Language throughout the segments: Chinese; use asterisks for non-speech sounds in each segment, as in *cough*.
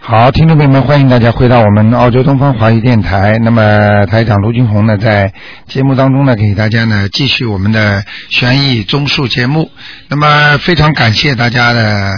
好，听众朋友们，欢迎大家回到我们澳洲东方华语电台。那么台长卢军红呢，在节目当中呢，给大家呢继续我们的悬疑综述节目。那么非常感谢大家的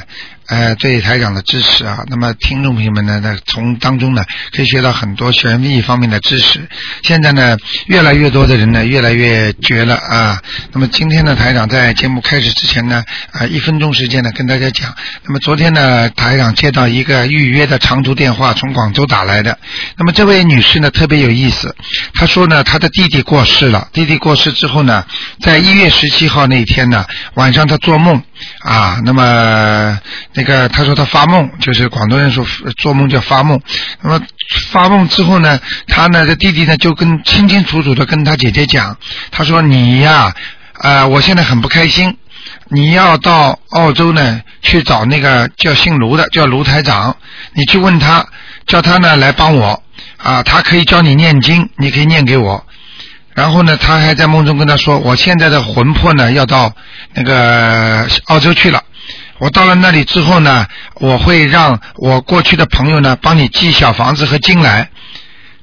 呃对台长的支持啊。那么听众朋友们呢，在从当中呢可以学到很多悬疑方面的知识。啊现在呢，越来越多的人呢，越来越觉了啊。那么今天呢，台长在节目开始之前呢，啊、一分钟时间呢，跟大家讲。那么昨天呢，台长接到一个预约的长途电话，从广州打来的。那么这位女士呢，特别有意思，她说呢，她的弟弟过世了。弟弟过世之后呢，在一月十七号那一天呢，晚上她做梦啊，那么那个她说她发梦，就是广东人说呃做梦叫发梦。那么发梦之后呢，她呢，这弟弟呢就跟清清楚楚的跟她姐姐讲，她说你呀、啊，我现在很不开心。你要到澳洲呢，去找那个叫姓卢的，叫卢台长，你去问他，叫他呢来帮我啊，他可以教你念经，你可以念给我。然后呢，他还在梦中跟他说，我现在的魂魄呢要到那个澳洲去了。我到了那里之后呢，我会让我过去的朋友呢帮你寄小房子和经来。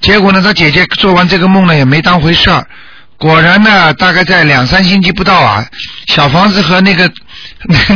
结果呢，他姐姐做完这个梦呢，也没当回事儿。果然呢，大概在两三星期不到啊，小房子和那个 *laughs*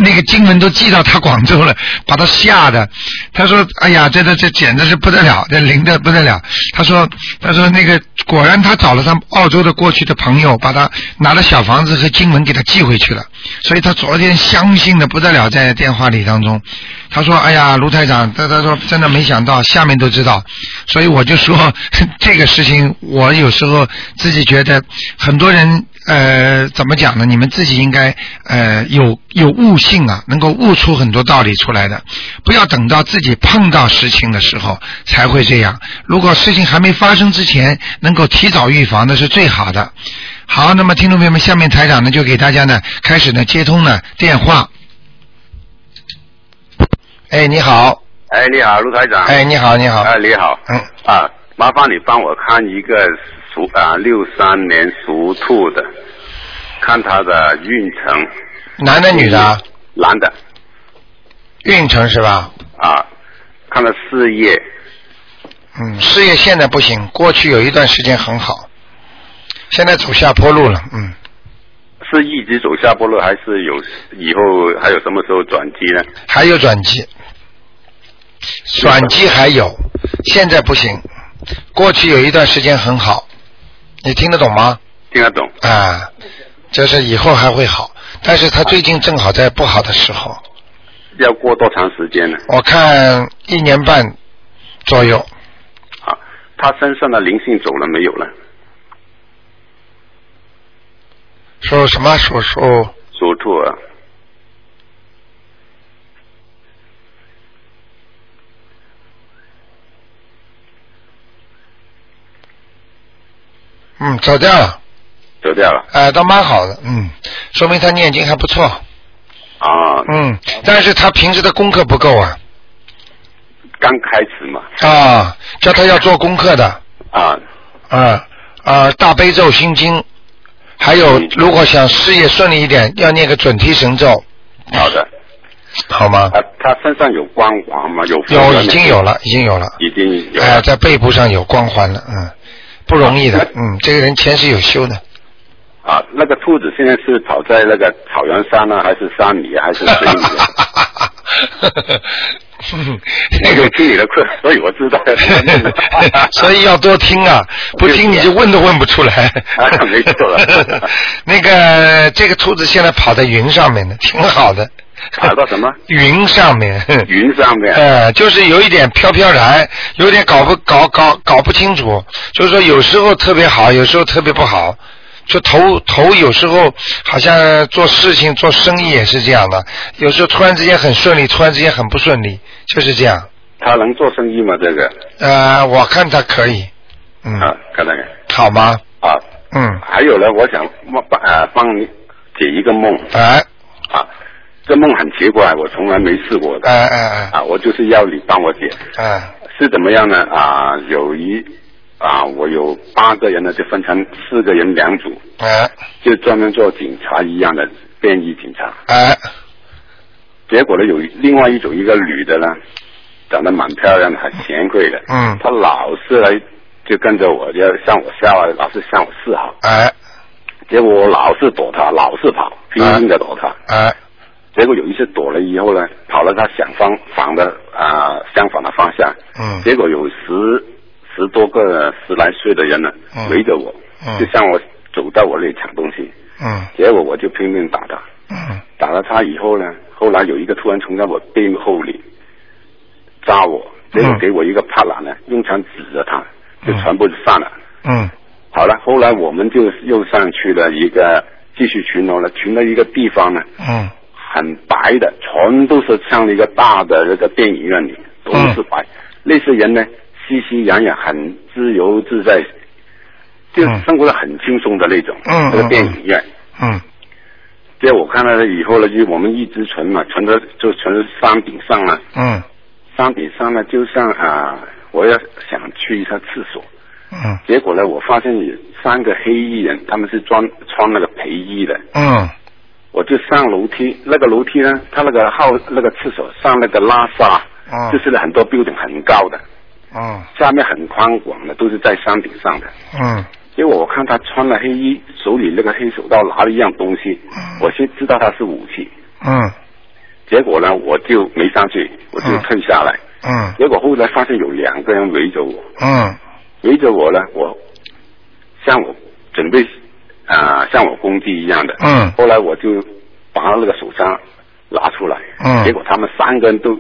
那个经文都寄到他广州了，把他吓的。他说：“哎呀，这这这简直是不得了，这灵的不得了。”他说：“他说那个果然他找了他澳洲的过去的朋友，把他拿了小房子和经文给他寄回去了。所以他昨天相信的不得了，在电话里当中，他说：‘哎呀，卢台长，他他说真的没想到，下面都知道。’所以我就说 *laughs* 这个事情，我有时候自己觉得很多人呃怎么讲呢？你们自己应该呃有有悟性啊，能够悟出很多道理出来的。不要等到自己碰到事情的时候才会这样。如果事情还没发生之前，能够提早预防，那是最好的。好，那么听众朋友们，下面台长呢就给大家呢开始呢接通呢电话。哎，你好，哎，你好，卢台长。哎，你好，你好，哎，你好嗯，啊，麻烦你帮我看一个属啊六三年属兔的，看他的运程，男的女的啊？男的运程是吧？啊，看他事业嗯，事业现在不行，过去有一段时间很好，现在走下坡路了。嗯，是一直走下坡路，还是有以后还有什么时候转机呢？还有转机，转机还有，现在不行。过去有一段时间很好，你听得懂吗？听得懂？啊，就是以后还会好，但是他最近正好在不好的时候，要过多长时间呢？我看一年半左右，啊，他身上的灵性走了没有了？属什么属属属兔啊，嗯，走掉了，走掉了哎、倒蛮好的，嗯，说明他念经还不错，啊，嗯，但是他平时的功课不够啊，刚开始嘛，啊，叫他要做功课的，啊，啊啊，大悲咒、心经，还有嗯如果想事业顺利一点，要念个准提神咒，好的。好吗？啊，他身上有光环吗？有有，已经有，了，已经有了，已经有哎、了。在背部上有光环了，嗯，不容易的，嗯，这个人前世有修的，啊，那个兔子现在是跑在那个草原上呢，还是山里，还是水里 *laughs* 啊？那我个有听你的课，所以我知道。 *laughs* 所以要多听啊，不听你就问都问不出来。啊没错了 *laughs* 那个这个兔子现在跑在云上面呢，挺好的。跑到什么云上面。云上面？呃，就是有一点飘飘然，有点搞不搞搞搞不清楚，就是说有时候特别好，有时候特别不好，就头头有时候好像做事情做生意也是这样的，有时候突然之间很顺利，突然之间很不顺利，就是这样。他能做生意吗？这个呃，我看他可以，嗯，啊，看那个好吗？啊，嗯，还有呢，我想帮帮啊帮你解一个梦哎啊，这梦很奇怪，我从来没试过的哎哎啊，我就是要你帮我解。哎哎，是怎么样呢？啊，有一啊，我有八个人呢，就分成四个人两组，哎就专门做警察一样的便衣警察。哎，结果呢，有另外一组一个女的呢，长得蛮漂亮的，很贤惠的。嗯她老是来就跟着我，就向我笑啊，老是向我示好。哎结果我老是躲她，老是跑，拼命的躲她。哎结果有一次躲了以后呢，跑了她相反反的啊、相反的方向。嗯结果有十十多个十来岁的人呢嗯围着我，嗯就向我走到我那里抢东西。嗯结果我就拼命打她，嗯打了她以后呢，后来有一个突然从在我背后里扎我，结果嗯给我一个帕拉呢，用枪指着她，就全部散了。嗯好了，后来我们就又上去了一个继续巡逻了，巡了一个地方呢，嗯很白的，全都是像一个大的那个电影院里都是白。那些人呢，熙熙攘攘，很自由自在，就嗯生活的很轻松的那种。嗯那嗯个电影院，嗯结果我看到了以后呢，就我们一直存嘛，存着就存到山顶上了。嗯山顶上呢，就像啊，我要想去一下厕所，嗯结果呢，我发现有三个黑衣人，他们是穿穿那个皮衣的。嗯我就上楼梯，那个楼梯呢，它那个号那个厕所上那个拉萨，嗯就是很多 building 很高的，嗯下面很宽广的，都是在山顶上的。嗯结果我看他穿了黑衣，手里那个黑手套拿了一样东西，我先知道他是武器，嗯结果呢我就没上去，我就嗯退下来。嗯结果后来发现有两个人围着我，嗯围着我呢，我像我准备啊、像我攻击一样的。嗯后来我就把那个手枪拿出来，嗯结果他们三个人都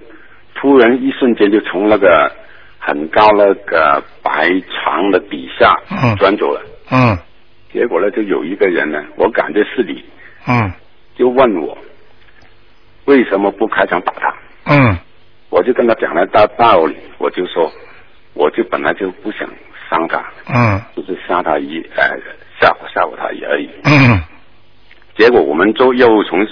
突然一瞬间就从那个很高那个白墙的底下嗯钻走了。嗯结果呢，就有一个人呢，我感觉是你，嗯就问我为什么不开枪打他？嗯我就跟他讲了大道理，我就说，我就本来就不想伤他，嗯就是吓他一呃吓唬吓唬他也而已。嗯结果我们就又从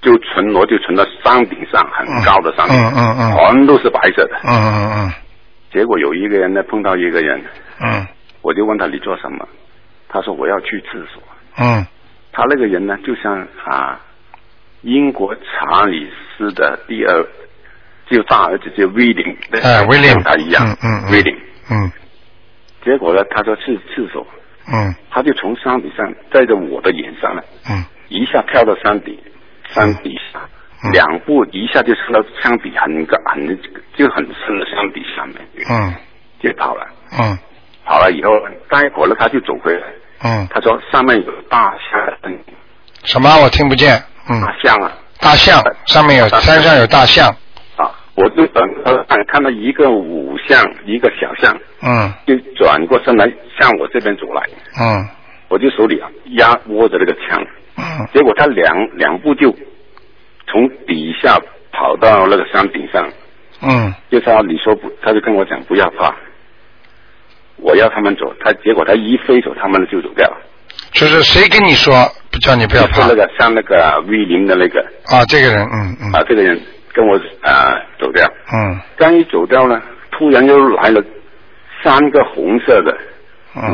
就巡逻就巡到山顶上，很高的山顶，嗯嗯嗯全都是白色的。嗯结果有一个人呢碰到一个人，嗯我就问他你做什么，他说我要去厕所。嗯他那个人呢就像啊英国查理斯的第二就大儿子就威廉，哎威廉像他一样，嗯嗯嗯威廉。嗯结果呢，他说去厕所，嗯他就从山顶上在着我的眼上呢嗯一下跳到山底，山底下，嗯两步一下就上到山底很高很就很深的山底下面，嗯就跑了。嗯跑了以后，待会儿呢他就走回来，嗯，他说上面有大象的身影，什么？我听不见。嗯，大象啊大象上面有山上有大象。啊！我就等呃看到一个五象一个小象，嗯就转过身来向我这边走来，嗯我就手里啊压握着那个枪，嗯结果他两两步就从底下跑到那个山顶上，嗯就他你说不，他就跟我讲不要怕，我要他们走，他结果他一飞走，他们就走掉了。就是谁跟你说不叫你不要就怕是那个像那个 V 零的那个啊？这个人，嗯嗯啊，这个人跟我啊、走掉，嗯刚一走掉呢，突然又来了三个红色的，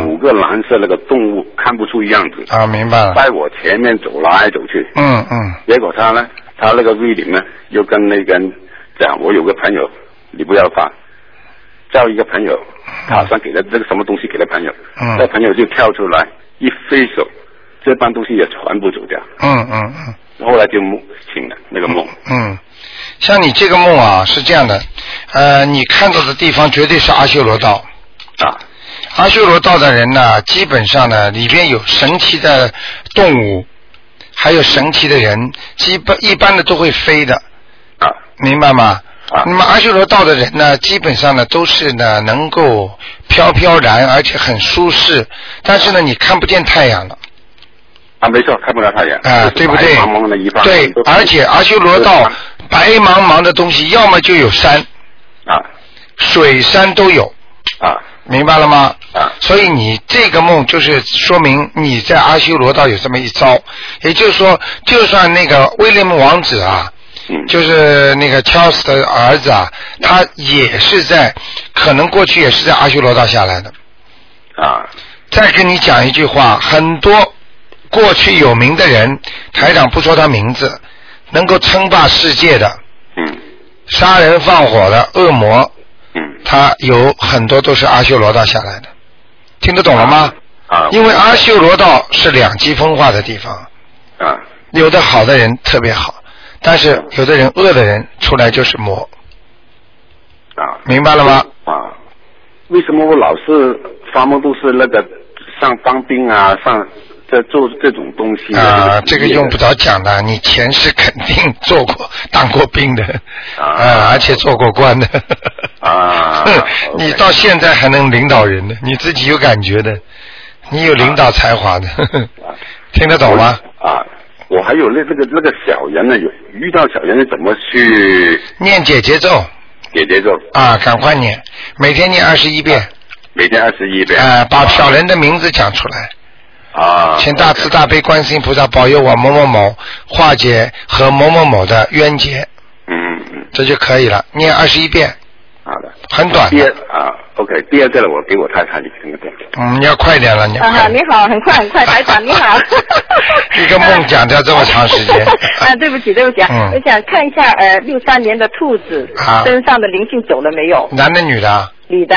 五嗯个蓝色那个动物，看不出样子，啊，明白了。在我前面走来走去，嗯嗯结果他呢，他那个 V 零呢，又跟那个人讲，我有个朋友，你不要怕，叫一个朋友，打算给他这个什么东西给他朋友，嗯那朋友就跳出来一挥手，这帮东西也全部走掉。嗯嗯嗯。后来就梦醒了，那个梦，嗯，像你这个梦啊，是这样的，呃，你看到的地方绝对是阿修罗道。啊，阿修罗道的人呢，基本上呢，里边有神奇的动物，还有神奇的人，基本一般的都会飞的，啊，明白吗？啊那么阿修罗道的人呢，基本上呢都是呢能够飘飘然，而且很舒适，但是呢你看不见太阳了。啊，没错，看不到太阳，啊，就是对不对？白茫茫的一方，对都，而且阿修罗道白茫茫的东西，要么就有山，啊水山都有，啊明白了吗？啊所以你这个梦就是说明你在阿修罗道有这么一招，也就是说，就算那个威廉姆王子啊，嗯，就是那个 Charles 的儿子啊，他也是在，可能过去也是在阿修罗道下来的。啊再跟你讲一句话，很多过去有名的人，台长不说他名字，能够称霸世界的，嗯杀人放火的恶魔，嗯，他有很多都是阿修罗道下来的，听得懂了吗？啊，因为阿修罗道是两极分化的地方，啊，嗯有的好的人特别好，但是有的人恶的人出来就是魔，啊，明白了吗？啊，为什么我老是发梦都是那个上当兵啊，上在做这种东西的啊，这这个呃职业用不着讲的，你前世肯定做过当过兵的，啊啊，而且做过官的， *laughs* 啊你 OK 到现在还能领导人呢，你自己有感觉的，你有领导才华的， *laughs* 啊听得懂吗？啊，我还有那那个那个小人呢，有遇到小人怎么去念姐姐咒解决这种？啊，赶快念，每天念二十一遍，每天二十一遍啊，把小人的名字讲出来，啊，请大慈大悲观世音菩萨保佑我某某某化解和某某某的冤结，嗯嗯，这就可以了，念二十一遍，好的。很短第二的，啊，OK，第二个了，我给我太太你听个电话。嗯，你要快点 *laughs* 了，你要啊快哈，点。你好，很快很快，台长你好一个梦讲掉嗯这么长时间 *laughs* 啊，对不起对不起啊，嗯我想看一下呃，六三年的兔子啊身上的灵性走了没有？男的女的啊？女的，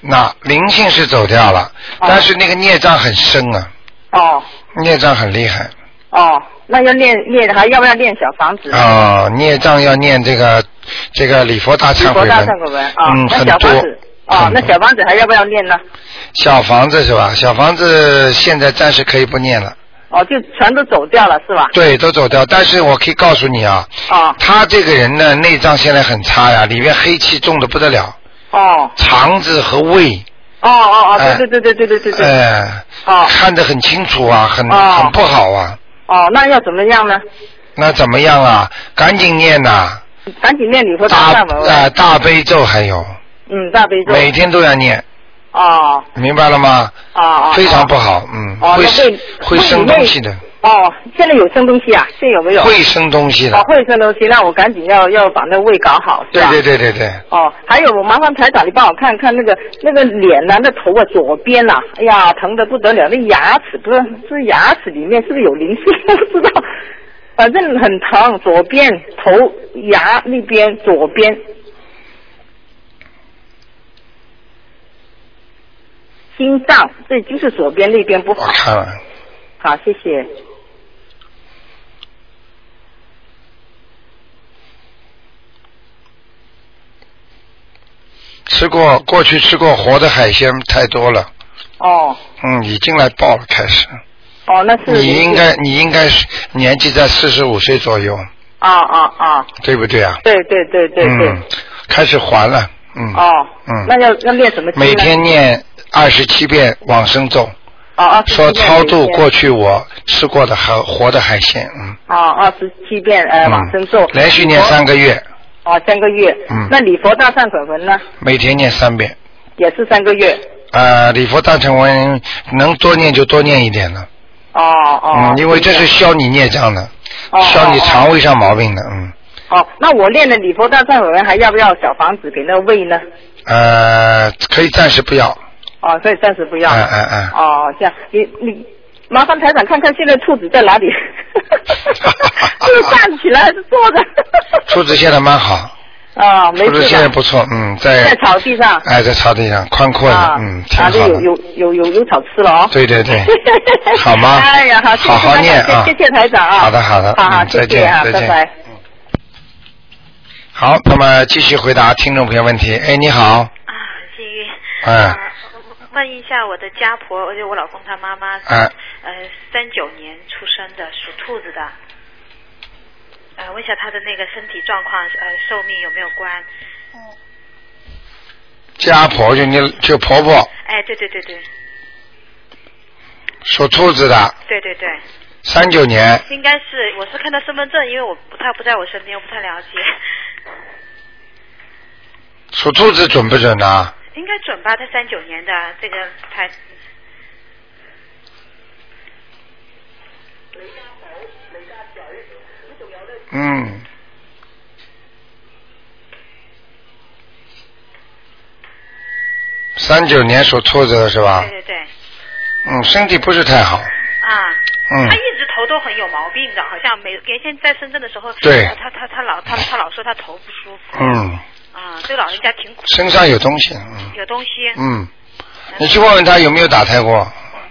那灵性是走掉了，哦但是那个孽障很深啊，哦孽障很厉害哦，那要练练还要不要练小房子？啊、孽障要念这个这个礼佛大礼忏佛悔大文忏悔文啊，嗯，那很小多房子。哦，很那多小房子还要不要练呢？小房子是吧？小房子现在暂时可以不念了，哦，就全都走掉了是吧？对，都走掉。但是我可以告诉你啊，哦他这个人呢，内脏现在很差呀，里面黑气重的不得了，哦肠子和胃，哦哦哦，哎对对对对对对对对，哎、哦看得很清楚啊，很、哦很不好啊。哦，那要怎么样呢？那怎么样啊？赶紧念呐、赶紧练礼佛大大啊忏悔、文，大悲咒还有，嗯，大悲咒，每天都要念，哦明白了吗？哦哦，非常哦不好，嗯，哦会那生胃会生东西的，哦，现在有生东西啊？现在有没有？会生东西的哦，，会生东西，那我赶紧要要把那胃搞好，是对吧？对对。对对对，哦，还有，我麻烦台长，你帮我看看那个那个脸呐、那头啊，左边呐、哎呀，疼的不得了。那牙齿不知道是牙齿里面是不是有灵性，不知道，反正很疼，左边头牙那边左边。心脏，对，就是左边那边不好我。看了，好，谢谢。吃过过去吃过活的海鲜太多了，哦嗯，已经来报了，开始，哦，那是你应该你应该是年纪在四十五岁左右，啊啊啊！对不对啊？对对对对对。嗯，开始还了，嗯，哦，嗯那要要练什么经呢？每天念二十七遍往生咒。哦二十七说遍超度每天过去我吃过的海活的海鲜，嗯，哦二十七遍呃嗯往生咒，连续念三个月，哦三个月，嗯那礼佛大忏悔文呢每天念三遍。也是三个月，呃，礼佛大乘文能多念就多念一点了，哦哦，嗯，因为这是消你孽障的，哦消你肠胃。胃上毛病的，嗯，哦，那我练的礼佛大忏悔文还要不要小房子给那个胃呢？呃，可以暂时不要，哦，所以暂时不要。嗯嗯嗯哦，这样，你你麻烦台长看看现在兔子在 *laughs* 哪里？是站起来还是坐着？兔子现在蛮好，啊、没兔子事现吧在不错，嗯，在在草地上。哎在草地上宽阔的啊，，嗯，挺啊，好这有的，有有有有草吃了哦。对对 *laughs* 对，好吗？哎呀，好，谢谢好好台长念啊，谢谢谢台长啊。好的好的，好好，嗯谢再谢见啊，再拜见。拜。好，那么继续回答听众朋友问题。哎，你好，啊，这个，哎呃问一下我的家婆，而且我老公他妈妈，哎呃，三九年出生的，属兔子的，呃，问一下他的那个身体状况，呃，寿命有没有关？家婆就你就婆婆哎，对对对对，属兔子的，哎对对对，三九年，应该是，我是看他身份证，因为我不太不在我身边，我不太了解，属兔子准不准呢、应该准吧？他三九年的，这个他，嗯。三九年属兔子的是吧对？对对，嗯，身体不是太好。啊，嗯他一直头都很有毛病的，好像每原先在深圳的时候，呃对他他他老他他老说他头不舒服，嗯，啊，这个老人家挺苦，身上有东西。嗯有东西，嗯，你去问问他有没有打胎过？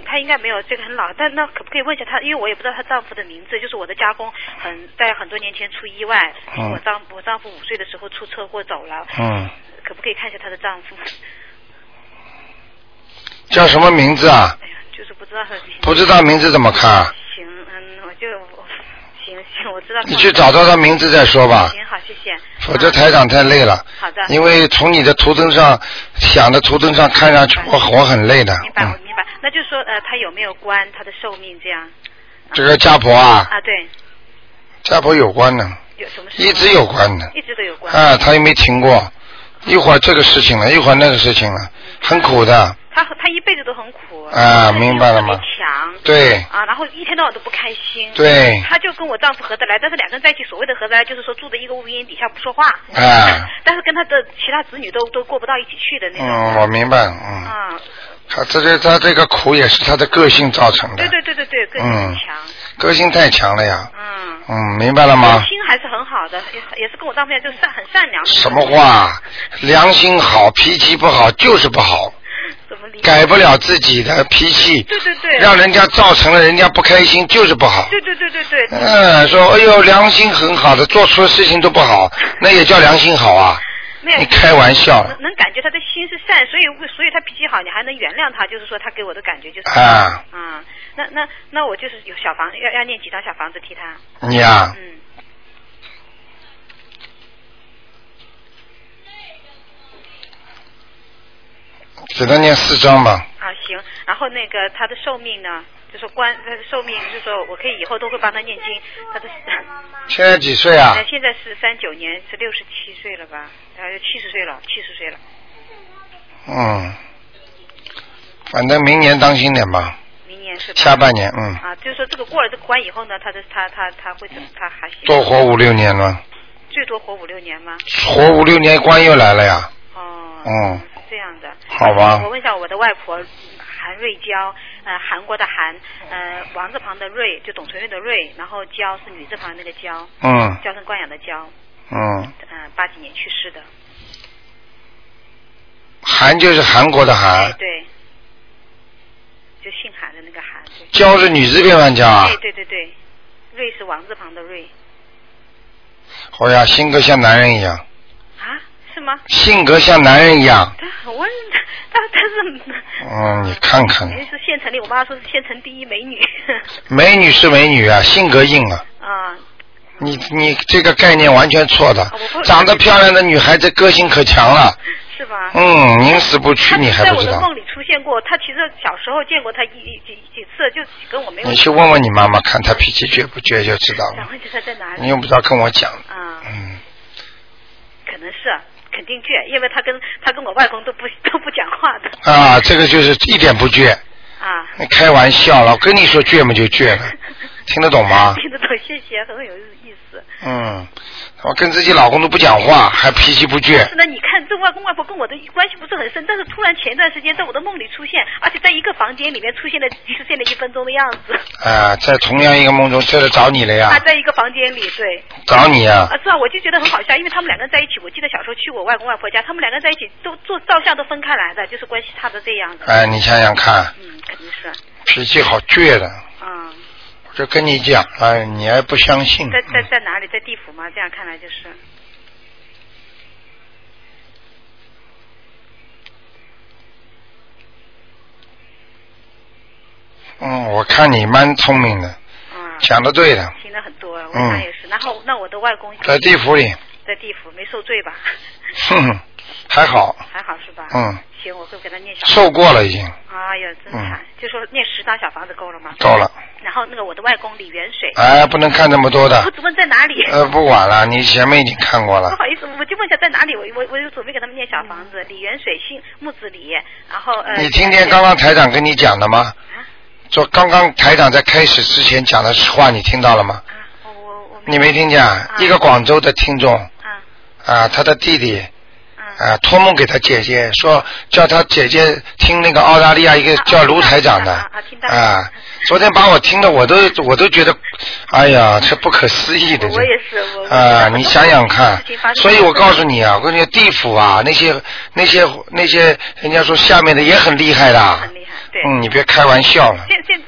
他应该没有这个很老，但那可不可以问一下他？因为我也不知道她丈夫的名字，就是我的家公很在很多年前出意外，嗯我丈我丈夫五岁的时候出车祸走了，嗯，可不可以看一下她的丈夫？ *laughs* 叫什么名字啊？哎呀，就是不知道他的名字。不知道名字怎么看啊？行，嗯，我就我行行，我知道。你去找到他名字再说吧，行好，谢谢。否则台长太累了。好的。因为从你的图腾上想的图腾上看上去我我很累的。明白，我嗯，明白。那就说呃，他有没有关他的寿命这样？这个家婆啊，啊，对，家婆有关的，有什么事？一直有关的。一直都有关。啊，他也没停过，一会儿这个事情了，一会儿那个事情了，很苦的。他他一辈子都很苦。啊明白了吗特别强。对啊，然后一天到晚都不开心。。对，他就跟我丈夫合得来，但是两个人在一起，所谓的合得来就是说住在一个屋檐底下不说话。啊。但是跟他的其他子女都都过不到一起去的那种。嗯，我明白，嗯，啊，他这个他这个苦也是他的个性造成的对，对对对对，更嗯强。个性太强了呀。嗯。嗯，明白了吗？心还是很好的，也也是跟我丈夫一样，就善很善良。什么？话？良心好，脾气不好就是不好，怎么理解？改不了自己的脾气，对对对。让人家造成了人家不开心就是不好。对对对对对，嗯，说哎呦，良心很好的，做出的事情都不好，那也叫良心好啊？没有你开玩笑能能感觉他的心是善，所以所以他脾气好，你还能原谅他，就是说他给我的感觉就是。啊！嗯，那那那我就是有小房要要念几张小房子替他，你呀、嗯，只能念四张吧。啊行，然后那个他的寿命呢，就说关他的寿命，就是说我可以以后都会帮他念经，他的，现 *laughs* 在几岁啊呃？现在是三九年，是六十七岁了吧，呃七十岁了，七十岁了，嗯，反正明年当心点吧，明年是吧下半年嗯，啊，就是说这个过了这个关以后呢，他的他他他会怎么？他还行多活五六年了，最多活五六年吗？活五六年关又来了呀。哦，嗯，这样的，呃好吧我问一下我的外婆，韩瑞娇，呃，韩国的韩，呃，王字旁的瑞，就董存瑞的瑞，然后娇是女字旁那个娇，嗯娇生惯养的娇，嗯，嗯、八几年去世的，韩就是韩国的哎韩，对，就姓韩的那个韩，对娇是女字边旁娇啊哎。对对对，瑞是王字旁的瑞哎呀，性格像男人一样，啊，是吗？性格像男人一 *laughs* 样。他很温，他他是，嗯，你看 *laughs* 看，哎是县城里，我妈说是县城第一美女，美女是美女啊，性格硬啊。嗯啊，你你这个概念完全错的我不，长得漂亮的女孩子个性可强啊了，是吧？嗯，宁死不屈他你还在不我知的道梦？里出现过，他其实小时候见过他一一几几次，就跟我没有。你去问问你妈妈，看她脾气倔不倔就知道想了。问一下他在哪你里？用不着跟我讲，啊、嗯，可能是啊肯定倔，因为他跟他跟我外公都不 *laughs* 都不讲话的啊，这个就是一点不倔，啊。你开玩笑了，我跟你说倔嘛就倔 *laughs* 了，听得懂吗？听得懂，谢谢，很有意思。嗯，我跟自己老公都不讲话，还脾气不倔是，呢，你看这外公外婆跟我的关系不是很深，但是突然前一段时间在我的梦里出现，而且在一个房间里面出现了出现了一分钟的样子。啊，在同样一个梦中，这是找你了他呀，在一个房间里，对。啊找你呀啊，，是啊，我就觉得很好笑，因为他们两个人在一起，我记得小时候去我外公外婆家，他们两个人在一起都做照相都分开来的，就是关系差的这样的。哎，你想想看，嗯，肯定是，脾气好倔的，嗯，我就跟你讲了，你还不相信，在在嗯在哪里，在地府吗？这样看来就是，嗯，我看你蛮聪明的，嗯，讲的对的，嗯听了很多，我想也是。然后那我的外公在地府里，在地府没受罪吧？ *laughs* 哼哼，还好，还好是吧？嗯，行，我会给他念小。受过了已经，嗯哎呀，真惨！就说念十张小房子够了吗？ *laughs* 够了。然后那个我的外公李元水，哎，不能看那么多 *laughs* 我的，只问在哪里？呃，不管了，你前面已经看过不了，好意思，我就问一下在哪里，我我我就准备给他们念小房子，李元水姓木子李，然后呃。嗯你听见刚刚台长跟你讲的吗？啊说刚刚台长在开始之前讲的话，你听到了吗？啊，我我我你没听见啊？一个广州的听众啊啊，他的弟弟啊啊，托梦给他姐姐说，叫他姐姐听那个澳大利亚一个叫卢台长的啊啊听到了啊，昨天把我听的我都我都觉得，哎呀，这不可思议的这。我也是我啊，我你想想看事情发，生所以我告诉你啊，我跟你说地府啊，那些那些那些，人家说下面的也很厉害的。很厉害对嗯，你别开玩笑了现现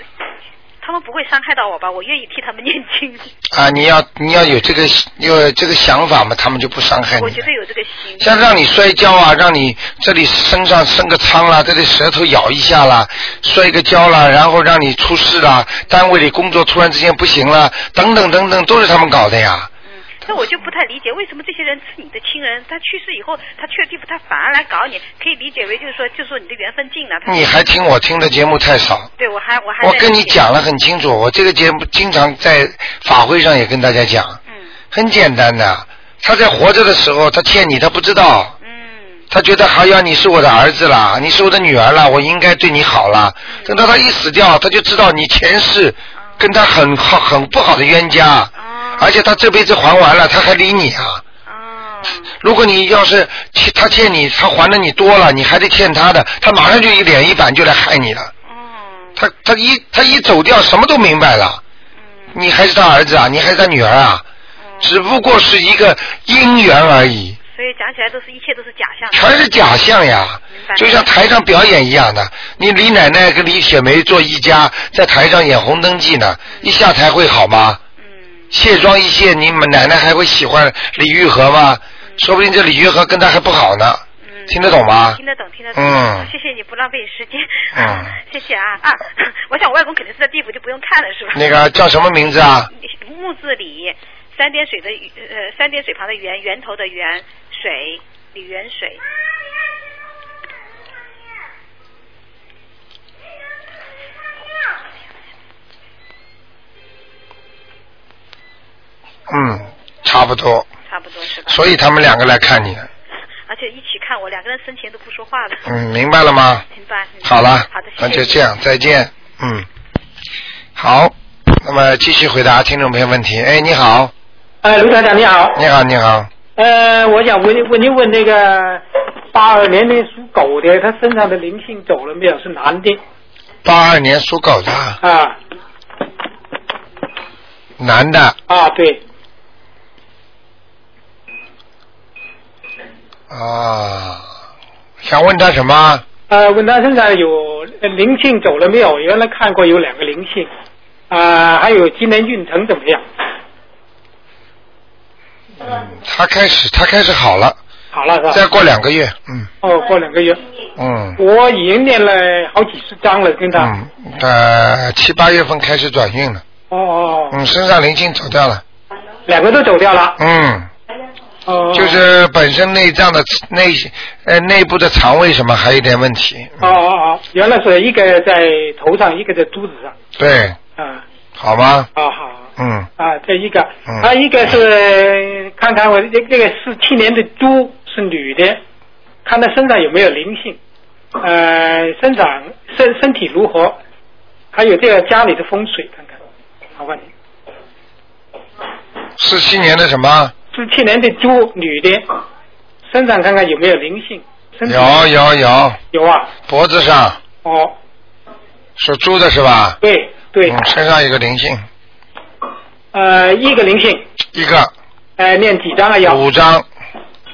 他们不会伤害到我吧？我愿意替他们念 *laughs* 经，啊！你要你要有这个有这个想法嘛，他们就不伤害你了。我觉得有这个心。像让你摔跤啊，让你这里身上生个疮啦，这里舌头咬一下啦，摔个跤啦，然后让你出事啦，单位里工作突然之间不行了，等等等等，都是他们搞的呀。嗯，那我就不太理解，为什么这些人是你的亲人，他去世以后，他去了地府，他反而来搞你，可以理解为就是说，就是说你的缘分尽了。他你还听我听的节目太少，对我还我还我在跟你理解，讲了很清楚，我这个节目经常在法会上也跟大家讲，嗯很简单的，他在活着的时候他欠你，他不知道。嗯他觉得哎呀，你是我的儿子啦，你是我的女儿啦，我应该对你好啦。嗯等到他一死掉，他就知道你前世哦跟他很好、很不好的冤家，啊而且他这辈子还完了，他还理你啊。啊如果你要是欠他欠你，他还的你多了，你还得欠他的，他马上就一脸一板就来害你了。嗯他他一他一走掉，什么都明白了。你还是他儿子啊，你还是他女儿啊，嗯，只不过是一个姻缘而已。所以讲起来都是一切都是假象。全是假象呀明白，就像台上表演一样的。你李奶奶跟李雪梅做一家，在台上演《红灯记》呢，一下台会好吗？嗯卸妆一卸，你们奶奶还会喜欢李玉和吗？说不定这李玉和跟她还不好呢。嗯，听得懂吗听得懂，听得懂。啊嗯谢谢你不浪费时间。嗯，谢谢啊 *laughs* 啊！我想我外公肯定是在地府，就不用看了，是吧？那个叫什么名字啊？木字李，三点水的呃三点水旁的源，源头的源，水李源水。嗯，差不多。差不多是吧？所以他们两个来看你了，而且一起看我，两个人生前都不说话的。嗯，明白了吗？明白。明白好了，好的，谢谢那就这样，再见。嗯，好，那么继续回答听众朋友问题。哎，你好，哎，卢台长你好。你好，你好，呃，我想问问一问那个八二年的属狗的，他身上的灵性走了没有？是男的八二年属狗的。啊男的，啊，对啊，想问他什么？呃，问他身上有呃灵性走了没有？原来看过有两个灵性啊、还有今年运程怎么样？他开始，他开始好了，好了是再吧？过两个月，嗯哦，过两个月，嗯我已经念了好几十章了，跟他。嗯，呃，七八月份开始转运了，哦哦，哦嗯，身上灵性走掉了，两个都走掉了。嗯，哦，就是本身内脏的内呃内部的肠胃什么还有点问题，哦哦哦，原来是一个在头上，一个在肚子上对，啊。好吗？好好。嗯，啊，这一个，嗯还有一个是看看我这这个是七年的猪是女的，看她身上有没有灵性，呃，生长身身体如何，还有这个家里的风水看看，好吧你。四七年的什么？是七年的猪女的，身上看看有没有灵性，身体有有有，有啊，脖子上哦，属猪的是吧？对对，嗯，身上有个灵性，呃，一个灵性，一个呃，念几张啊？要五张，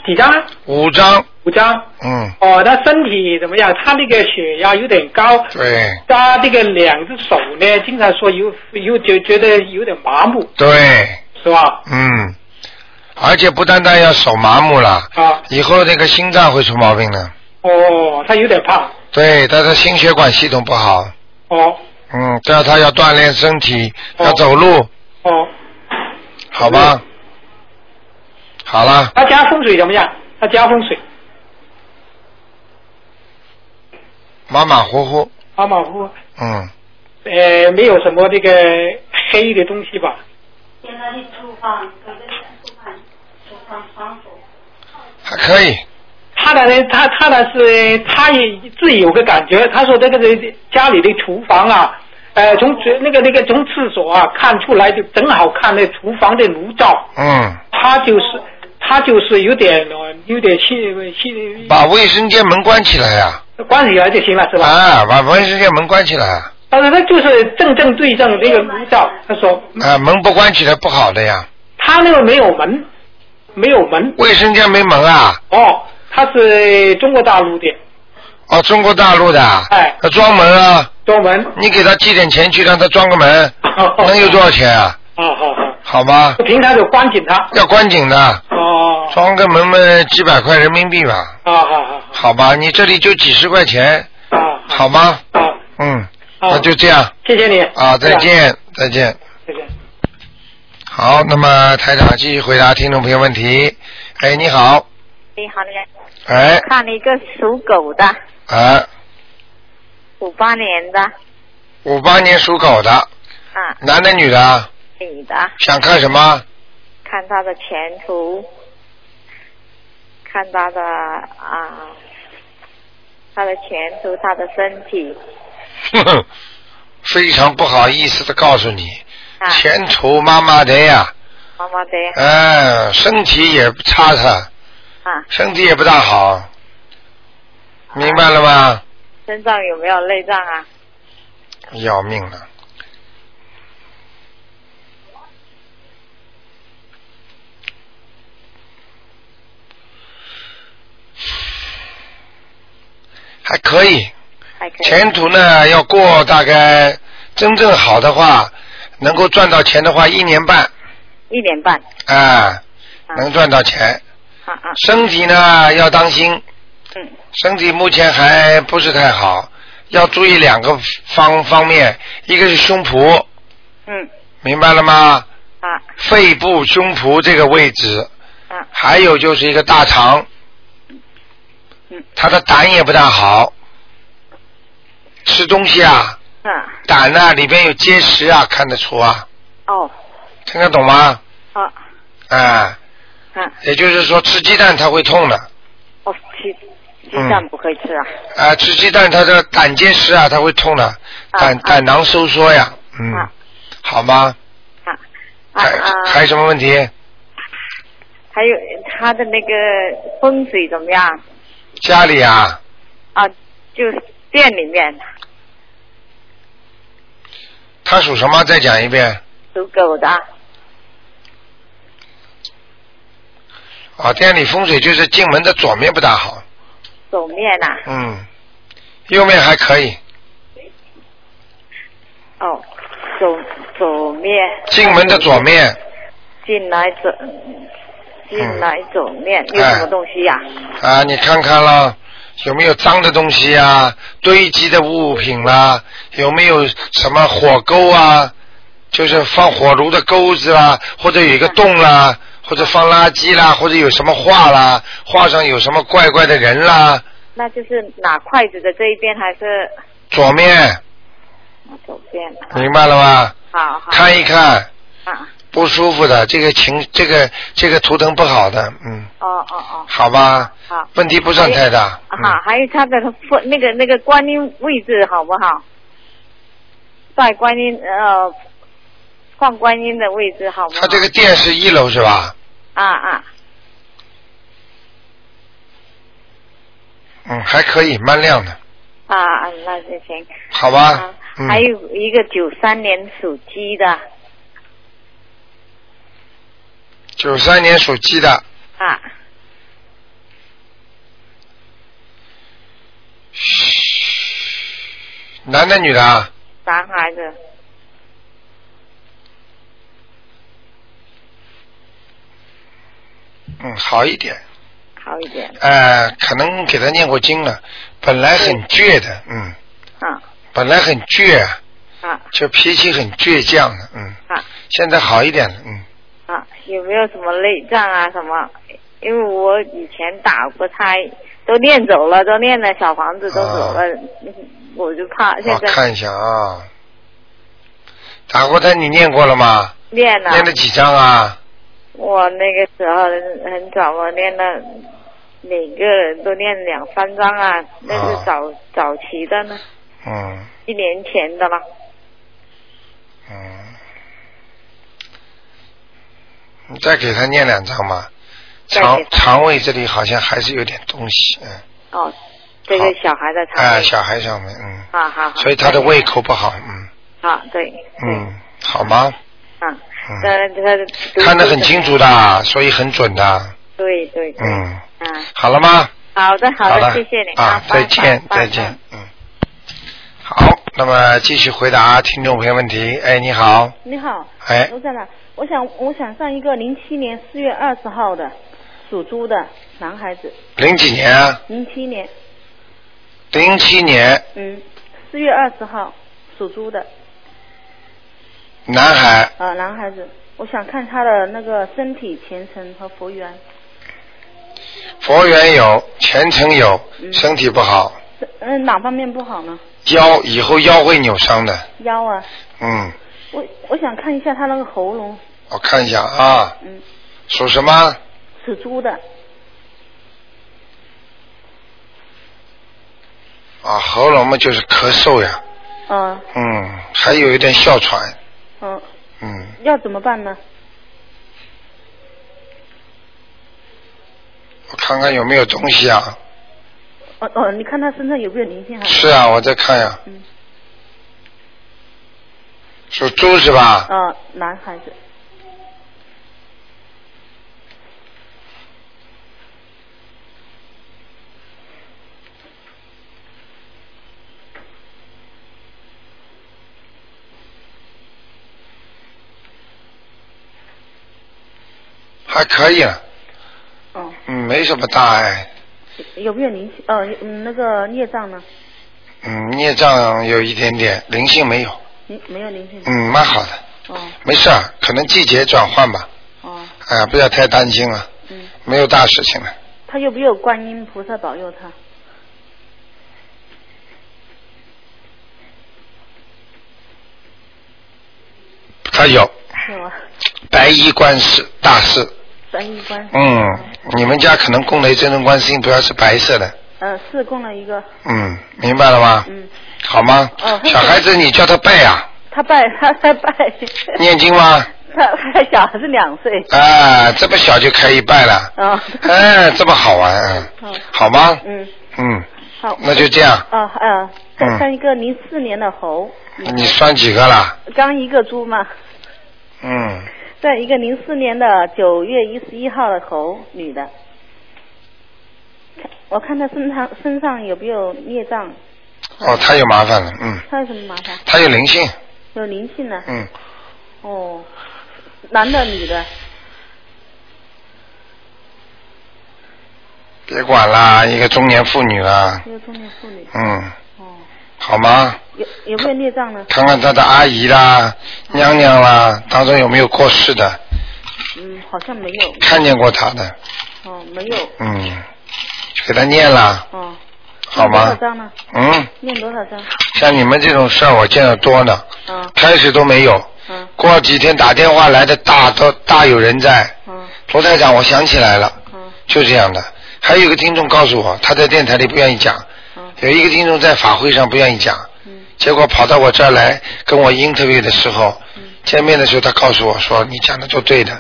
几张啊？五张，五张。嗯，哦，她身体怎么样？她那个血压有点高，对他这个两只手呢，经常说有有觉觉得有点麻木，对，是吧？嗯，而且不单单要手麻木了，啊，以后这个心脏会出毛病的，哦，他有点胖，对，他的心血管系统不好，哦嗯，这样他要锻炼身体，哦要走路，哦，好嗯吧？好了，他家风水怎么样？他家风水马马虎虎，马马虎虎，嗯，啊呃，没有什么这个黑的东西吧？现在的厨房，搁这个厨房，厨房窗户。还可以，他呢，他他呢是他也自己有个感觉，他说这个这家里的厨房啊，呃，从这那个那个从厕所啊看出来就正好看那厨房的炉灶，嗯，他就是。他就是有点呃有点气气把卫生间门关起来呀、关起来就行了，是啊！吧？把卫生间门关起来啊，但是他就是正正对正那个炉灶，他说啊门不关起来不好的呀。他那个没有门，没有门卫生间没门啊？哦，他是中国大陆的，哦，中国大陆的啊，哎他装门啊，中门。你给他寄点钱去让他装个门，能有多少钱啊？好好好，好吗？平常就关紧他。要关紧的，哦，装个门嘛，几百块人民币吧，好好好好好吧？你这里就几十块钱，好好吗？好，嗯，好那就这样谢谢你啊，再，是吧见，再见。再见。好，那么台长继续回答听众朋友问题。哎，你好，你好，你好哎，看了一个属狗的，哎，五八年的，五八年属狗的，啊，男的女的啊？女的，想看什么？ *laughs* 看她的前途，看她的啊，她的前途，她的身体，哼哼，非常不好意思的告诉你，啊，前途妈妈的呀，妈妈的，哎，身体也不差差，啊，身体也不大好，明白了吗？身上有没有内脏啊？要命了。还可以，还可以，前途呢要过大概真正好的话，能够赚到钱的话，一年半一年半，啊，啊能赚到钱。啊啊，身体呢要当心，嗯，身体目前还不是太好，要注意两个方方面，一个是胸脯，嗯，明白了吗？啊肺部、胸脯这个位置，啊，还有就是一个大肠嗯，他的胆也不大好，吃东西啊，啊，胆呐、里边有结石啊，看得出啊，哦，听得懂吗？哦，啊，啊，也就是说吃鸡蛋它会痛的，哦，鸡鸡蛋不可以吃啊，啊，吃鸡蛋它的胆结石啊，它会痛的，胆、啊胆囊收缩呀，嗯，啊好吗？啊啊还、啊，还有什么问题？还有他的那个风水怎么样家里啊，啊？就是店里面他属什么？再讲一遍属狗的啊。店里风水就是进门的左面不大好，左面啊呐、嗯，右面还可以，哦，左左面进门的左面进来左进来左面、哎有什么东西呀、啊，你看看啦，有没有脏的东西啊，堆积的物品啦、有没有什么火钩啊，就是放火炉的钩子啦、或者有一个洞啦、或者放垃圾啦，或者有什么画啦，画上有什么怪怪的人啦，那就是拿筷子的这一边还是左面，左边？啊明白了吗？好好看一看，啊，不舒服的，这个情，这个这个图腾不好的，嗯，哦哦哦，好吧，好。问题不算太大，啊哈，嗯，还有他的分那个那个观音位置好不好？在观音呃放观音的位置好不好？他这个店是一楼是吧？啊啊嗯，还可以，蛮亮的，啊啊，那就行。好吧？啊，嗯、还有一个九三年属鸡的九三年属鸡的，啊，男的女的啊？男孩子嗯，好一点。好一点呃，可能给他念过经了，本来很倔的，嗯，啊本来很倔，啊就脾气很倔强的，嗯，啊现在好一点了，嗯，啊，有没有什么内脏啊什么？因为我以前打过胎，都练走了，都练了小房子都走了，我就怕啊现我在啊看一下啊，打过胎你念过了吗？练了。念了几张啊？我那个时候很很早，我练了，每个人都练两三张啊，那是早、早期的呢，嗯一年前的了。嗯，你再给他念两张嘛，再肠给他肠胃这里好像还是有点东西，嗯，哦，这个小孩的肠啊，胃，小孩上面，嗯，好好好，所以他的胃口不好，嗯啊，对，对，嗯，好吗？啊，嗯，呃，这个看得很清，楚的，所以很准的，对对，对，嗯，嗯，好了吗？好的好了，的，谢谢你啊，拜再见，拜再拜见，嗯。好，那么继续回答听众朋友问题。哎，你好，你好，哎，卢站长，我想我想上一个零七年四月二十号的属猪的男孩子，零几年啊？零七年，零七年，嗯，四月二十号属猪的男孩，呃男孩子，我想看他的那个身体前程和佛缘，佛缘有，前程有，嗯身体不好，是嗯、哪方面不好呢？腰以后腰会扭伤的。腰啊，嗯，我我想看一下他那个喉咙，我看一下啊，嗯，属什么？属猪的，啊，喉咙嘛就是咳嗽呀，呃嗯，还有一点哮喘，嗯、嗯，要怎么办呢？我看看有没有东西啊。哦、哦、你看他身上有没有灵性还？是啊，我在看呀、嗯属猪是吧？呃，男孩子，还可以了，哦、嗯，没什么大碍，有没有灵性？呃，嗯那个孽障呢？嗯，孽障有一点点，灵性没有，嗯，没有灵性。嗯，蛮好的，哦没事儿，可能季节转换吧，哦，啊，不要太担心了，嗯，没有大事情了，他有没有观音菩萨保佑他？他有 *laughs* 有啊，白衣观世大事，观音观世音，嗯，你们家可能供雷真正观世音不要是白色的，呃，是供了一个，嗯，明白了吗？嗯，好吗？哦小孩子你叫他拜啊，他拜 *laughs* 他他拜，念经吗？ *laughs* 他他小孩是两岁，啊，这么小就可以拜 *laughs* 了。啊、哎，这么好玩，嗯好，好吗？嗯，嗯，好，那就这样。啊啊，再嗯看一个零四年的猴，嗯你算几个了？刚一个猪嘛，嗯，再一个零四年的九月一十一号的猴女的，看我看她身上身上有没有孽障，哦，他有麻烦了，嗯，她有什么麻烦？他有灵性，有灵性呢？嗯，哦，男的女的？别管啦，一个中年妇女啊啦，一个中年妇女。嗯，哦，好吗？有有没有孽障呢？看看他的阿姨啦、娘娘啦，当中有没有过世的，嗯，好像没有。看见过他的，哦，没有。嗯，给他念啦，哦，好念多少吗？张呢？嗯，念多少张？像你们这种事儿我见得多呢，啊开始都没有，啊过几天打电话来的大都大有人在。啊罗台长，我想起来了，啊就这样的。还有一个听众告诉我，他在电台里不愿意讲，啊！有一个听众在法会上不愿意讲，嗯结果跑到我这儿来跟我 interview 的时候，嗯见面的时候他告诉我说你讲的都对的，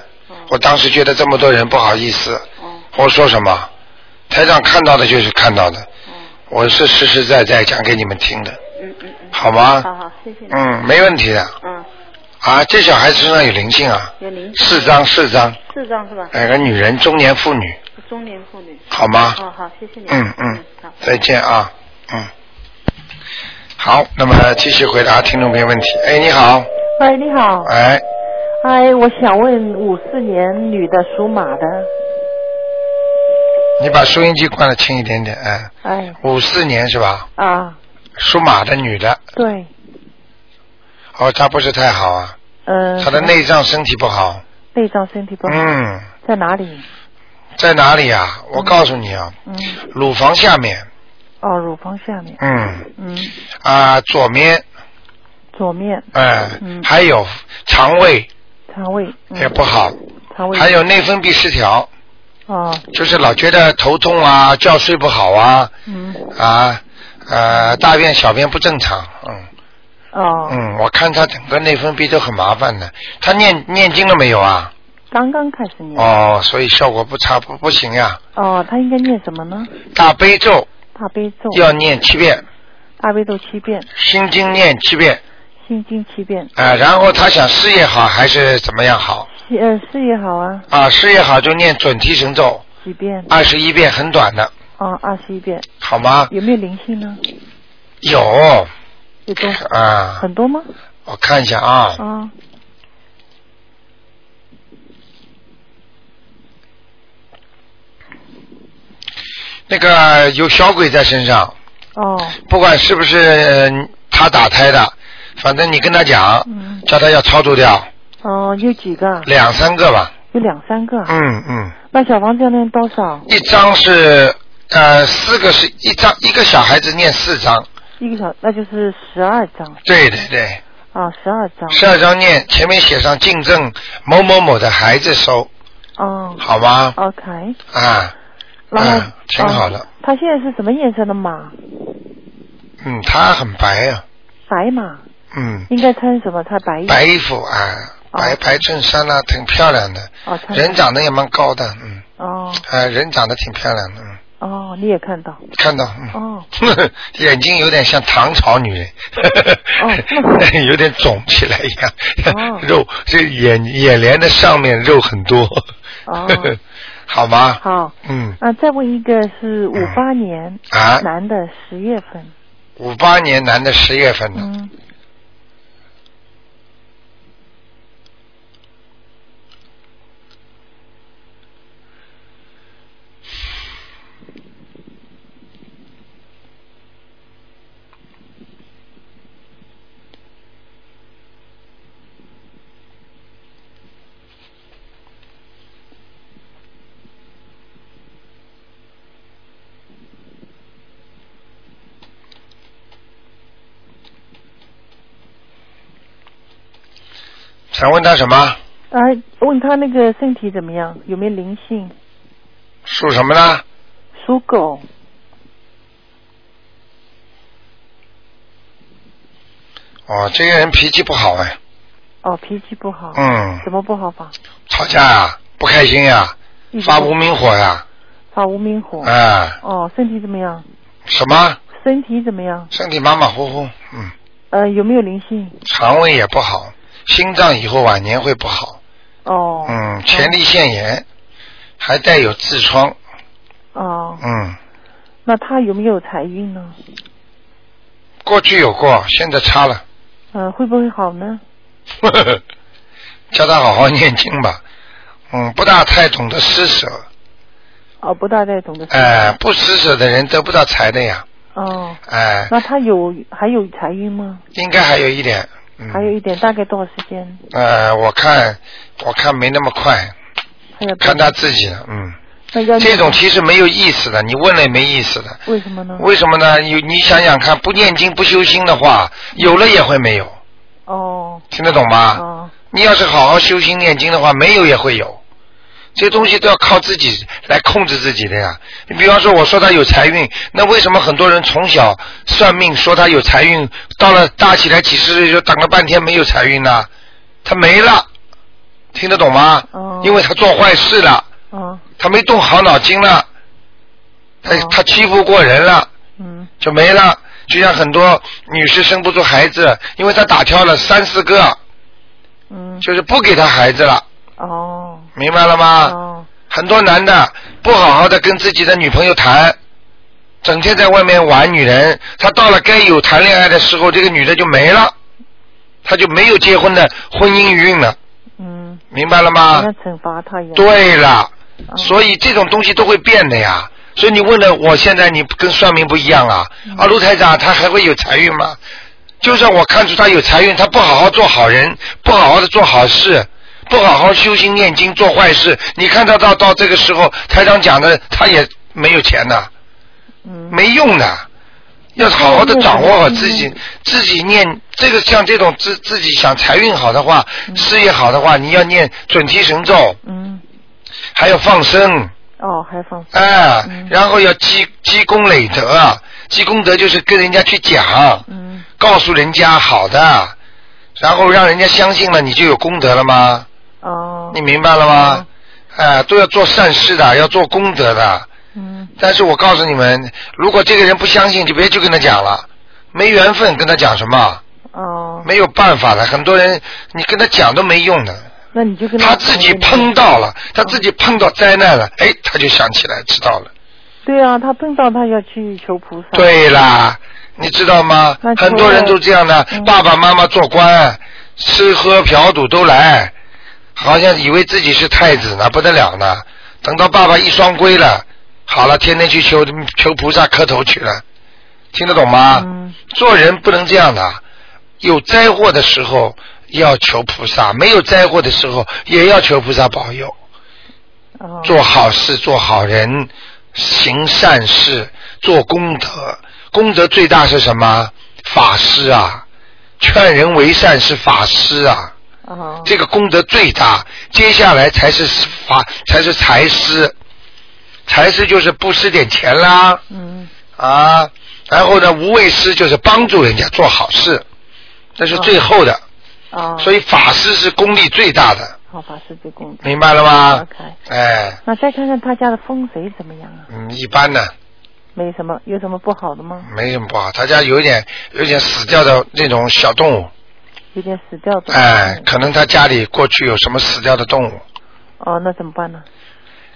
我哦当时觉得这么多人不好意思，哦我说什么？台长看到的就是看到的，哦我是实实在在讲给你们听的，嗯嗯嗯。好吗？好好，谢谢你。嗯，没问题的嗯，啊，这小孩子身上有灵性啊，有灵四张四张，四张是吧？哎，个女人中年妇女，中年妇女。好吗？哦，好，谢谢你。嗯嗯好，。再见啊，嗯。好，那么继续回答听众朋友问题。哎，你好，喂，你好，哎，哎，我想问五四年女的属马的，你把收音机关的轻一点点，哎，哎五四年是吧？啊，属马的女的，对，哦，她不是太好啊，嗯呃，她的内脏身体不好，内脏身体不好，嗯，在哪里？在哪里啊？我告诉你啊，嗯，乳房下面，哦，乳房下面，嗯，嗯，啊，左面，左面哎，嗯还有肠胃肠胃，嗯也不好，肠胃，还有内分泌失调，哦，就是老觉得头痛啊，觉睡不好啊，嗯，啊，呃，大便小便不正常，嗯哦，嗯，我看他整个内分泌都很麻烦的。他念念经了没有啊？刚刚开始念。哦，所以效果不差不不行呀。哦，他应该念什么呢？大悲咒大悲咒。要念七遍，大悲咒七遍，心经念七遍心经七遍，啊、然后他想事业好还是怎么样好七呃事业好啊，啊？事业好就念准提神咒几遍？二十一遍，很短的，哦，二十一遍。好吗？有没有灵性呢？有有多？啊，很多吗？我看一下啊，啊，那个有小鬼在身上，哦，不管是不是呃他打胎的，反正你跟他讲，嗯，叫他要操作掉哦，有几个啊？两三个吧。有两三个啊。嗯嗯，那小房子要念多少？一张是呃四个是一张，一个小孩子念四张，一个小，那就是十二张对对对，啊，十二张。十二张念，前面写上敬赠某某某的孩子收，哦好吗？ ，OK，啊，然后嗯，挺好的哦，它现在是什么颜色的马？嗯，他很白啊，白马，嗯，应该穿什么？穿白衣。白衣服啊，白白衬衫啦、挺漂亮的，哦，穿人长得也蛮高的，嗯，哦啊，人长得挺漂亮的，嗯，哦，你也看到看到，嗯。 *laughs* 哦眼睛有点像唐朝女人，哦 *laughs* 有点肿起来一样，哦 *laughs* 肉这眼眼帘的上面肉很多，哦， *laughs* 好吗？好嗯啊，再问一个是五八年啊，男的十月份，五八年男的十月份的，嗯，想问他什么？啊，问他那个身体怎么样，有没有灵性？属什么呢？属狗，哦，这个人脾气不好哎，哦，脾气不好，嗯，怎么不好法？吵架啊，不开心呀、一直发无名火呀、发无名火啊，，哦，身体怎么样？什么？身体怎么样？身体马马虎虎，嗯，呃，有没有灵性？肠胃也不好，心脏以后晚年会不好。哦，嗯，前列腺炎，还带有痔疮。哦，嗯，那他有没有财运呢？过去有过，现在差了。 *laughs* 呃，会不会好呢？叫他好好念经吧。嗯，不大太懂得施舍，哦，不大概懂得。哎、不施舍的人得不到财的呀。哦，哎、那他有还有财运吗？应该还有一点。嗯、还有一点，大概多少时间？呃，我看，我看没那么快，还有看他自己了。嗯，那要这种其实没有意思的，你问了也没意思的。为什么呢？为什么呢？有你想想看，不念经不修心的话，有了也会没有，哦听得懂吗？哦你要是好好修心念经的话，没有也会有。这东西都要靠自己来控制自己的呀。你比方说，我说他有财运，那为什么很多人从小算命说他有财运，到了大起来几十岁就等了半天没有财运呢？他没了，听得懂吗？哦因为他做坏事了，哦他没动好脑筋了，他哦他欺负过人了。嗯就没了。就像很多女士生不出孩子，因为她打挑了三四个，嗯就是不给她孩子了，哦明白了吗？哦很多男的不好好的跟自己的女朋友谈，整天在外面玩女人，他到了该有谈恋爱的时候，这个女的就没了，他就没有结婚的婚姻运了，嗯，明白了吗？好像惩罚他一样。啊对了，哦所以这种东西都会变的呀。所以你问的，我现在你跟算命不一样啊。嗯啊，卢台长，他还会有财运吗？就算我看出他有财运，他不好好做好人，不好好的做好事，不好好修心念经，做坏事，你看他到到这个时候，台长讲的他也没有钱呐、嗯没用的。要好好的掌握好自己，自己念这个像这种自自己想财运好的话，事业好的话，你要念准提神咒，嗯还要放生，哦，还放哎、嗯然后要积积功累德，积功德就是跟人家去讲，嗯告诉人家好的，然后让人家相信了，你就有功德了吗？哦你明白了吗？哎、都要做善事的，要做功德的。嗯。但是我告诉你们，如果这个人不相信，就别去跟他讲了，没缘分，跟他讲什么？哦。没有办法的，很多人你跟他讲都没用的。那你就跟他自己碰到了，他自己碰到灾难了，哎，他就想起来，知道了。对啊，他碰到他要去求菩萨。对啦，你知道吗那？就嗯很多人都这样的，爸爸妈妈做官，吃喝嫖赌都来，好像以为自己是太子呢，不得了呢。等到爸爸一双规了，好了，天天去求求菩萨磕头去了，听得懂吗？嗯做人不能这样的，有灾祸的时候要求菩萨，没有灾祸的时候也要求菩萨保佑。做好事，做好人，行善事，做功德。功德最大是什么？法师啊，劝人为善是法师啊。哦这个功德最大，接下来才是法，才是财师。财师就是布施点钱啦。嗯啊，然后呢，无畏师就是帮助人家做好事，那是最后的。啊，所以法师是功力最大的，好哦法师最公平。明白了吗 OK，哎，那再看看他家的风水怎么样啊？嗯，一般的，没什么，有什么不好的吗？没什么不好。他家有一点有一点死掉的那种小动物，有点死掉的。哎，可能他家里过去有什么死掉的动物，哦，那怎么办呢？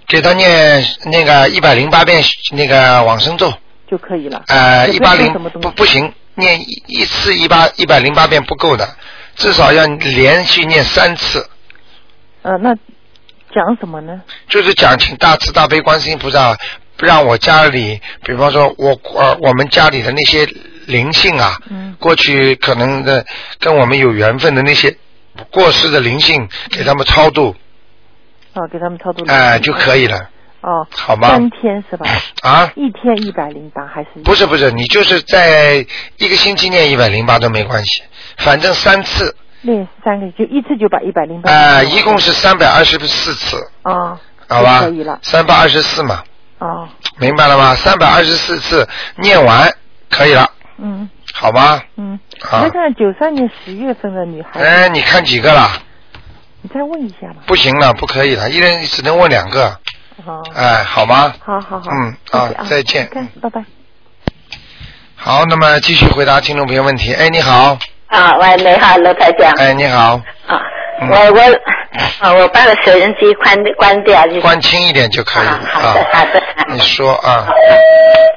给他念那个一百零八遍那个往生咒，就可以了。呃，那一不要八念零什么东西不不行，念一一次一八一百零八遍不够的，至少要连续念三次。呃，那讲什么呢？就是讲请大慈大悲观世音菩萨让我家里，比方说我呃我们家里的那些灵性啊，嗯过去可能的跟我们有缘分的那些过世的灵嗯性，给他们超度，哦，给他们超度。哎、就可以。了哦，好吗三天 *laughs* 是吧？啊。一天一百零八还是？不是不是，你就是在一个星期念一百零八都没关系，反正三次，练三个，就一次就把一百零八。啊、一共是三百二十四次，啊，好吧就可以了。？三百二十四嘛，哦，明白了吗？三百二十四次念完可以了，嗯好吗？嗯。好再看看九三年十月份的女孩，啊哎，你看几个了？你再问一下嘛。不行了，不可以了，一人只能问两个。好。哎，好吗？好好好。嗯谢谢啊再见看，拜拜。好，那么继续回答听众朋友问题。哎，你好，啊，喂，你好，罗台长。哎，你好，嗯我我啊，我把我收音机关关掉，就是关轻一点就可以了啊。好的，你说啊，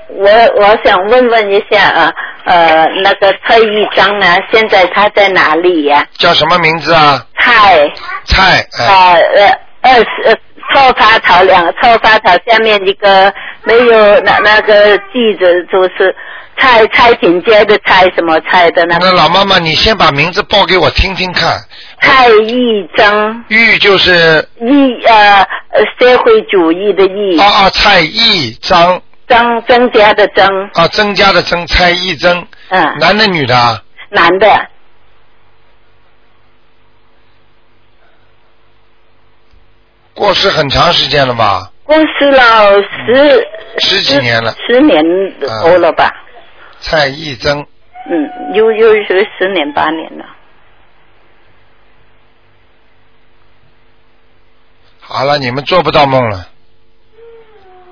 我我想问问一下啊，呃，那个蔡玉章呢，现在他在哪里呀、叫什么名字啊？蔡蔡，哎，啊呃二十错发草两个错发草下面一个没有那那个记子就是蔡蔡品街的蔡什么蔡的那那个老妈妈，你先把名字报给我听听看。蔡玉章玉就是义呃呃社会主义的义啊啊，蔡义章增增加的增啊，增加的增，蔡义增，嗯男的女的啊？男的过世很长时间了吧？过世了十嗯十几年了。十年多了吧，啊蔡义增，嗯，又又是十年八年了。好了，你们做不到梦了，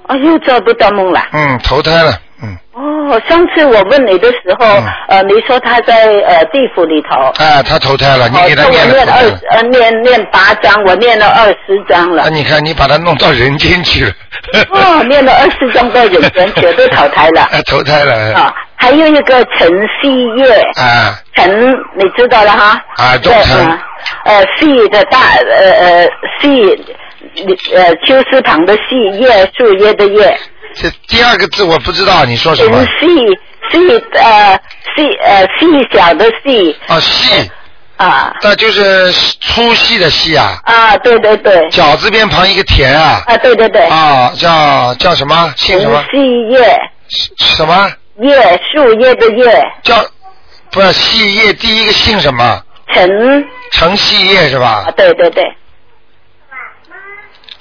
哦，又做不到梦了。嗯，投胎了，嗯，哦，上次我问你的时候，呃，你说他在呃地府里头。哎，他投胎了，你哦，给他那念我了念投胎二了，呃念念八章，我念了二十章了啊，。你看你把他弄到人间去了， *laughs* 哦，念了二十章到人间，全都淘汰 *laughs* 了。哎，投胎了，啊，还有一个陈旭月，啊陈你知道了哈？啊，对忠诚，啊呃，旭的大呃呃旭，呃秋思旁的旭，叶树叶的叶，这第二个字我不知道你说什陈么，旭旭呃旭呃细小的细啊，戏，啊那就是粗细的细啊，啊，对对对，饺子边旁一个田啊，啊对对对，啊，叫叫什么？姓陈什么？旭叶什么？叶树叶的叶，叫不是细叶，第一个姓什么？陈程细叶是吧啊？对对对，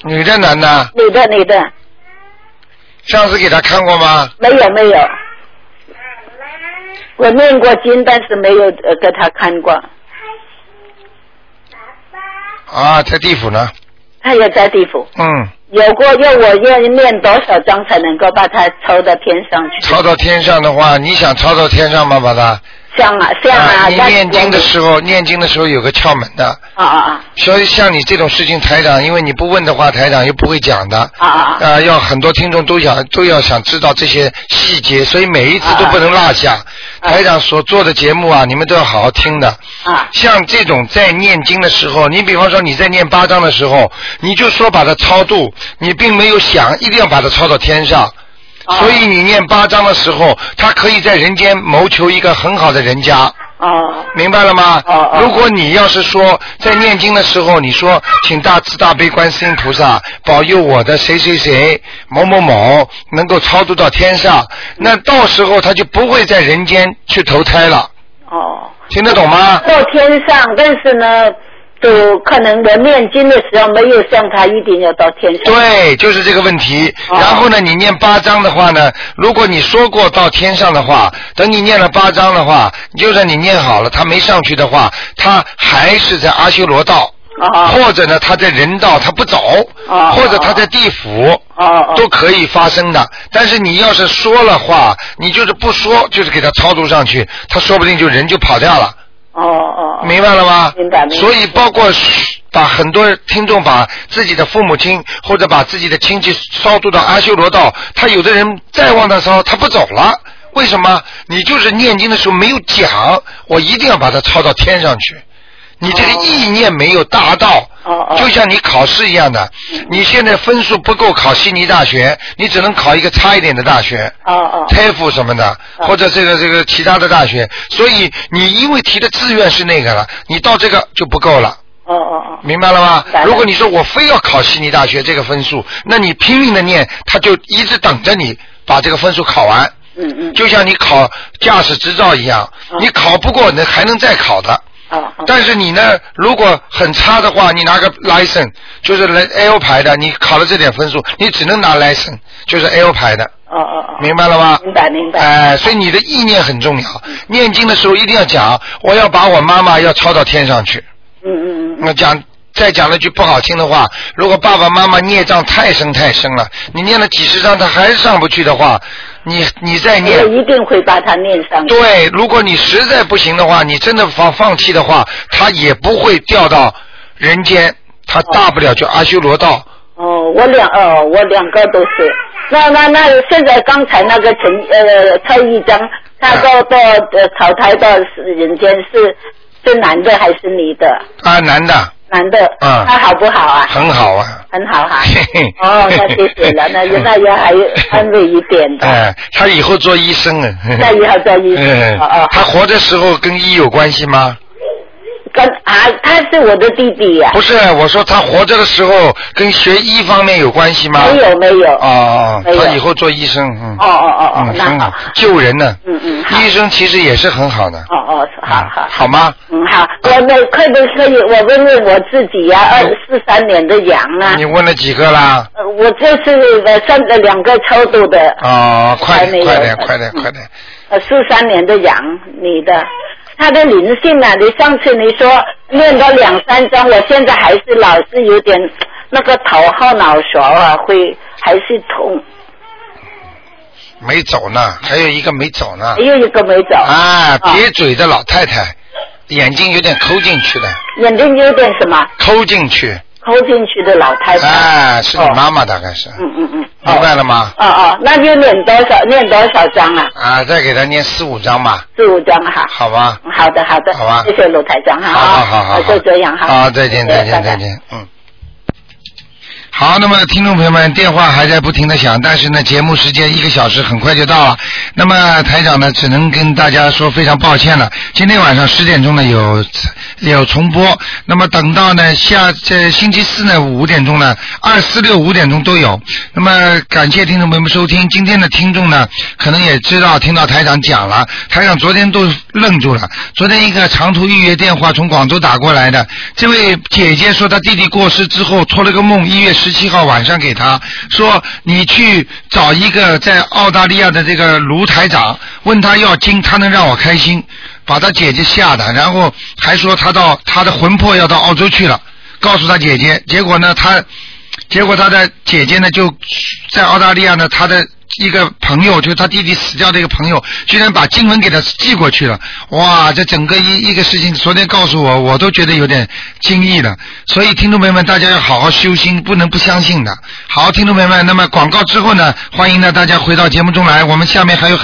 女的男的？你的你的上次给他看过吗？没有没有。我念过经，但是没有呃给他看过。啊，在地府呢。他也在地府。嗯，有过要我要念多少章才能够把它抽到天上去？超到天上的话，你想超到天上吗，把它？像啊像啊，你但是念经的我时候，念经的时候有个窍门的。啊啊啊！所以像你这种事情，台长，因为你不问的话，台长又不会讲的。啊啊啊！要很多听众都想都要想知道这些细节，所以每一次啊都不能落下。台长所做的节目啊，你们都要好好听的。啊。像这种在念经的时候，你比方说你在念八章的时候，你就说把它超度，你并没有想一定要把它超到天上。哦所以你念八章的时候，他可以在人间谋求一个很好的人家。哦，明白了吗？如果你要是说在念经的时候，你说请大慈大悲观世音菩萨保佑我的谁谁谁某某某能够超度到天嗯上，那到时候他就不会在人间去投胎了。哦，听得懂吗？到天上，但是呢，就可能我念经的时候没有像他一定要到天上。对，就是这个问题。然后呢，你念八章的话呢，如果你说过到天上的话，等你念了八章的话，就算你念好了，他没上去的话，他还是在阿修罗道。或者呢，他在人道他不走，或者他在地府，都可以发生的。但是你要是说了话，你就是不说，就是给他超度上去，他说不定就人就跑掉了。哦哦，明白了吗？明白明白所以包括把很多听众把自己的父母亲或者把自己的亲戚烧渡到阿修罗道，他有的人再往那烧，他不走了。为什么？你就是念经的时候没有讲，我一定要把它抄到天上去。你这个意念没有达到，就像你考试一样的，你现在分数不够考悉尼大学，你只能考一个差一点的大学，泰夫什么的，或者这个这个其他的大学，所以你因为提的志愿是那个了，你到这个就不够了。哦哦明白了吗明白？了如果你说我非要考悉尼大学这个分数，那你拼命的念，他就一直等着你把这个分数考完。嗯嗯。哦就像你考驾驶执照一样，你考不过，那还能再考的。但是你呢，如果很差的话，你拿个 license，就是来 L 牌的，你考了这点分数，你只能拿 license，就是 L 牌的。哦哦哦，明白了吗？明白明白。哎、所以你的意念很重要。念经的时候一定要讲，我要把我妈妈要抄到天上去。嗯嗯嗯。讲再讲了句不好听的话，如果爸爸妈妈孽障太深太深了，你念了几十章他还是上不去的话，你你再念我。一定会把它念哎上。对，如果你实在不行的话，你真的放放弃的话，他也不会掉到人间，他大不了就阿修罗道。哦，我两哦，我两个都是。那那那，现在刚才那个陈呃蔡一章，他到到呃淘汰到人间是是男的还是女的？啊，男的，男的。嗯他好不好啊？很好啊。很好 *laughs* 哈、哦，那谢谢了，那也那也还安慰一点的。哎，他以后做医生啊。 *laughs* 那以后 *laughs* 做医生嗯哦哦他活的时候跟医有关系吗？跟啊，他是我的弟弟呀、不是，我说他活着的时候跟学医方面有关系吗？没有没有。哦哦没，有他以后做医生，嗯。哦哦哦哦嗯，那很好好，，救人呢。嗯嗯，好医生其实也是很好的，哦哦，好好。好吗？嗯，好，我那可不可以？我问问我自己呀、二四三年的羊啊，嗯你问了几个啦？呃我这次呃三个两个超度的，哦，快还没点，有嗯快点，快点，快点。呃四三年的羊，女的，她的灵性啊，你上次你说念到两三张，我现在还是老是有点那个头后脑勺啊会还是痛，没走呢，还有一个没走呢还。有哎一个没走，啊，瘪嘴的老太太，眼睛有点抠进去了，眼睛有点什么抠进去。抠进去的老 *laughs* 太太，哦啊，是你妈妈大概是，嗯嗯嗯，明白了吗？哦哦，那就念多少念多少张啊？啊，再给她念四五章吧，四五张哈。好吧？好的，好的，好吧谢谢卢台长哈，啊好好好好好就这样哈，哎好，再见，再拜见，拜再见，嗯。好，那么听众朋友们，电话还在不停的响，但是呢，节目时间一个小时很快就到了。那么台长呢，只能跟大家说非常抱歉了。今天晚上十点钟呢有有重播，那么等到呢下这星期四呢五点钟呢，二四六五点钟都有。那么感谢听众朋友们收听，今天的听众呢可能也知道听到台长讲了，台长昨天都愣住了。昨天一个长途预约电话从广州打过来的，这位姐姐说她弟弟过世之后托了个梦，一月十七号晚上给她说你去找一个在澳大利亚的这个卢台长，问他要经，他能让我开心，把他姐姐吓的，然后还说他到他的魂魄要到澳洲去了。告诉他姐姐，结果呢，他结果他的姐姐呢就在澳大利亚呢，他的一个朋友，就是他弟弟死掉的一个朋友，居然把经文给他寄过去了。哇，这整个一一个事情，昨天告诉我，我都觉得有点惊异了。所以听众朋友们，大家要好好修心，不能不相信的。好，听众朋友们，那么广告之后呢，欢迎呢大家回到节目中来，我们下面还有很。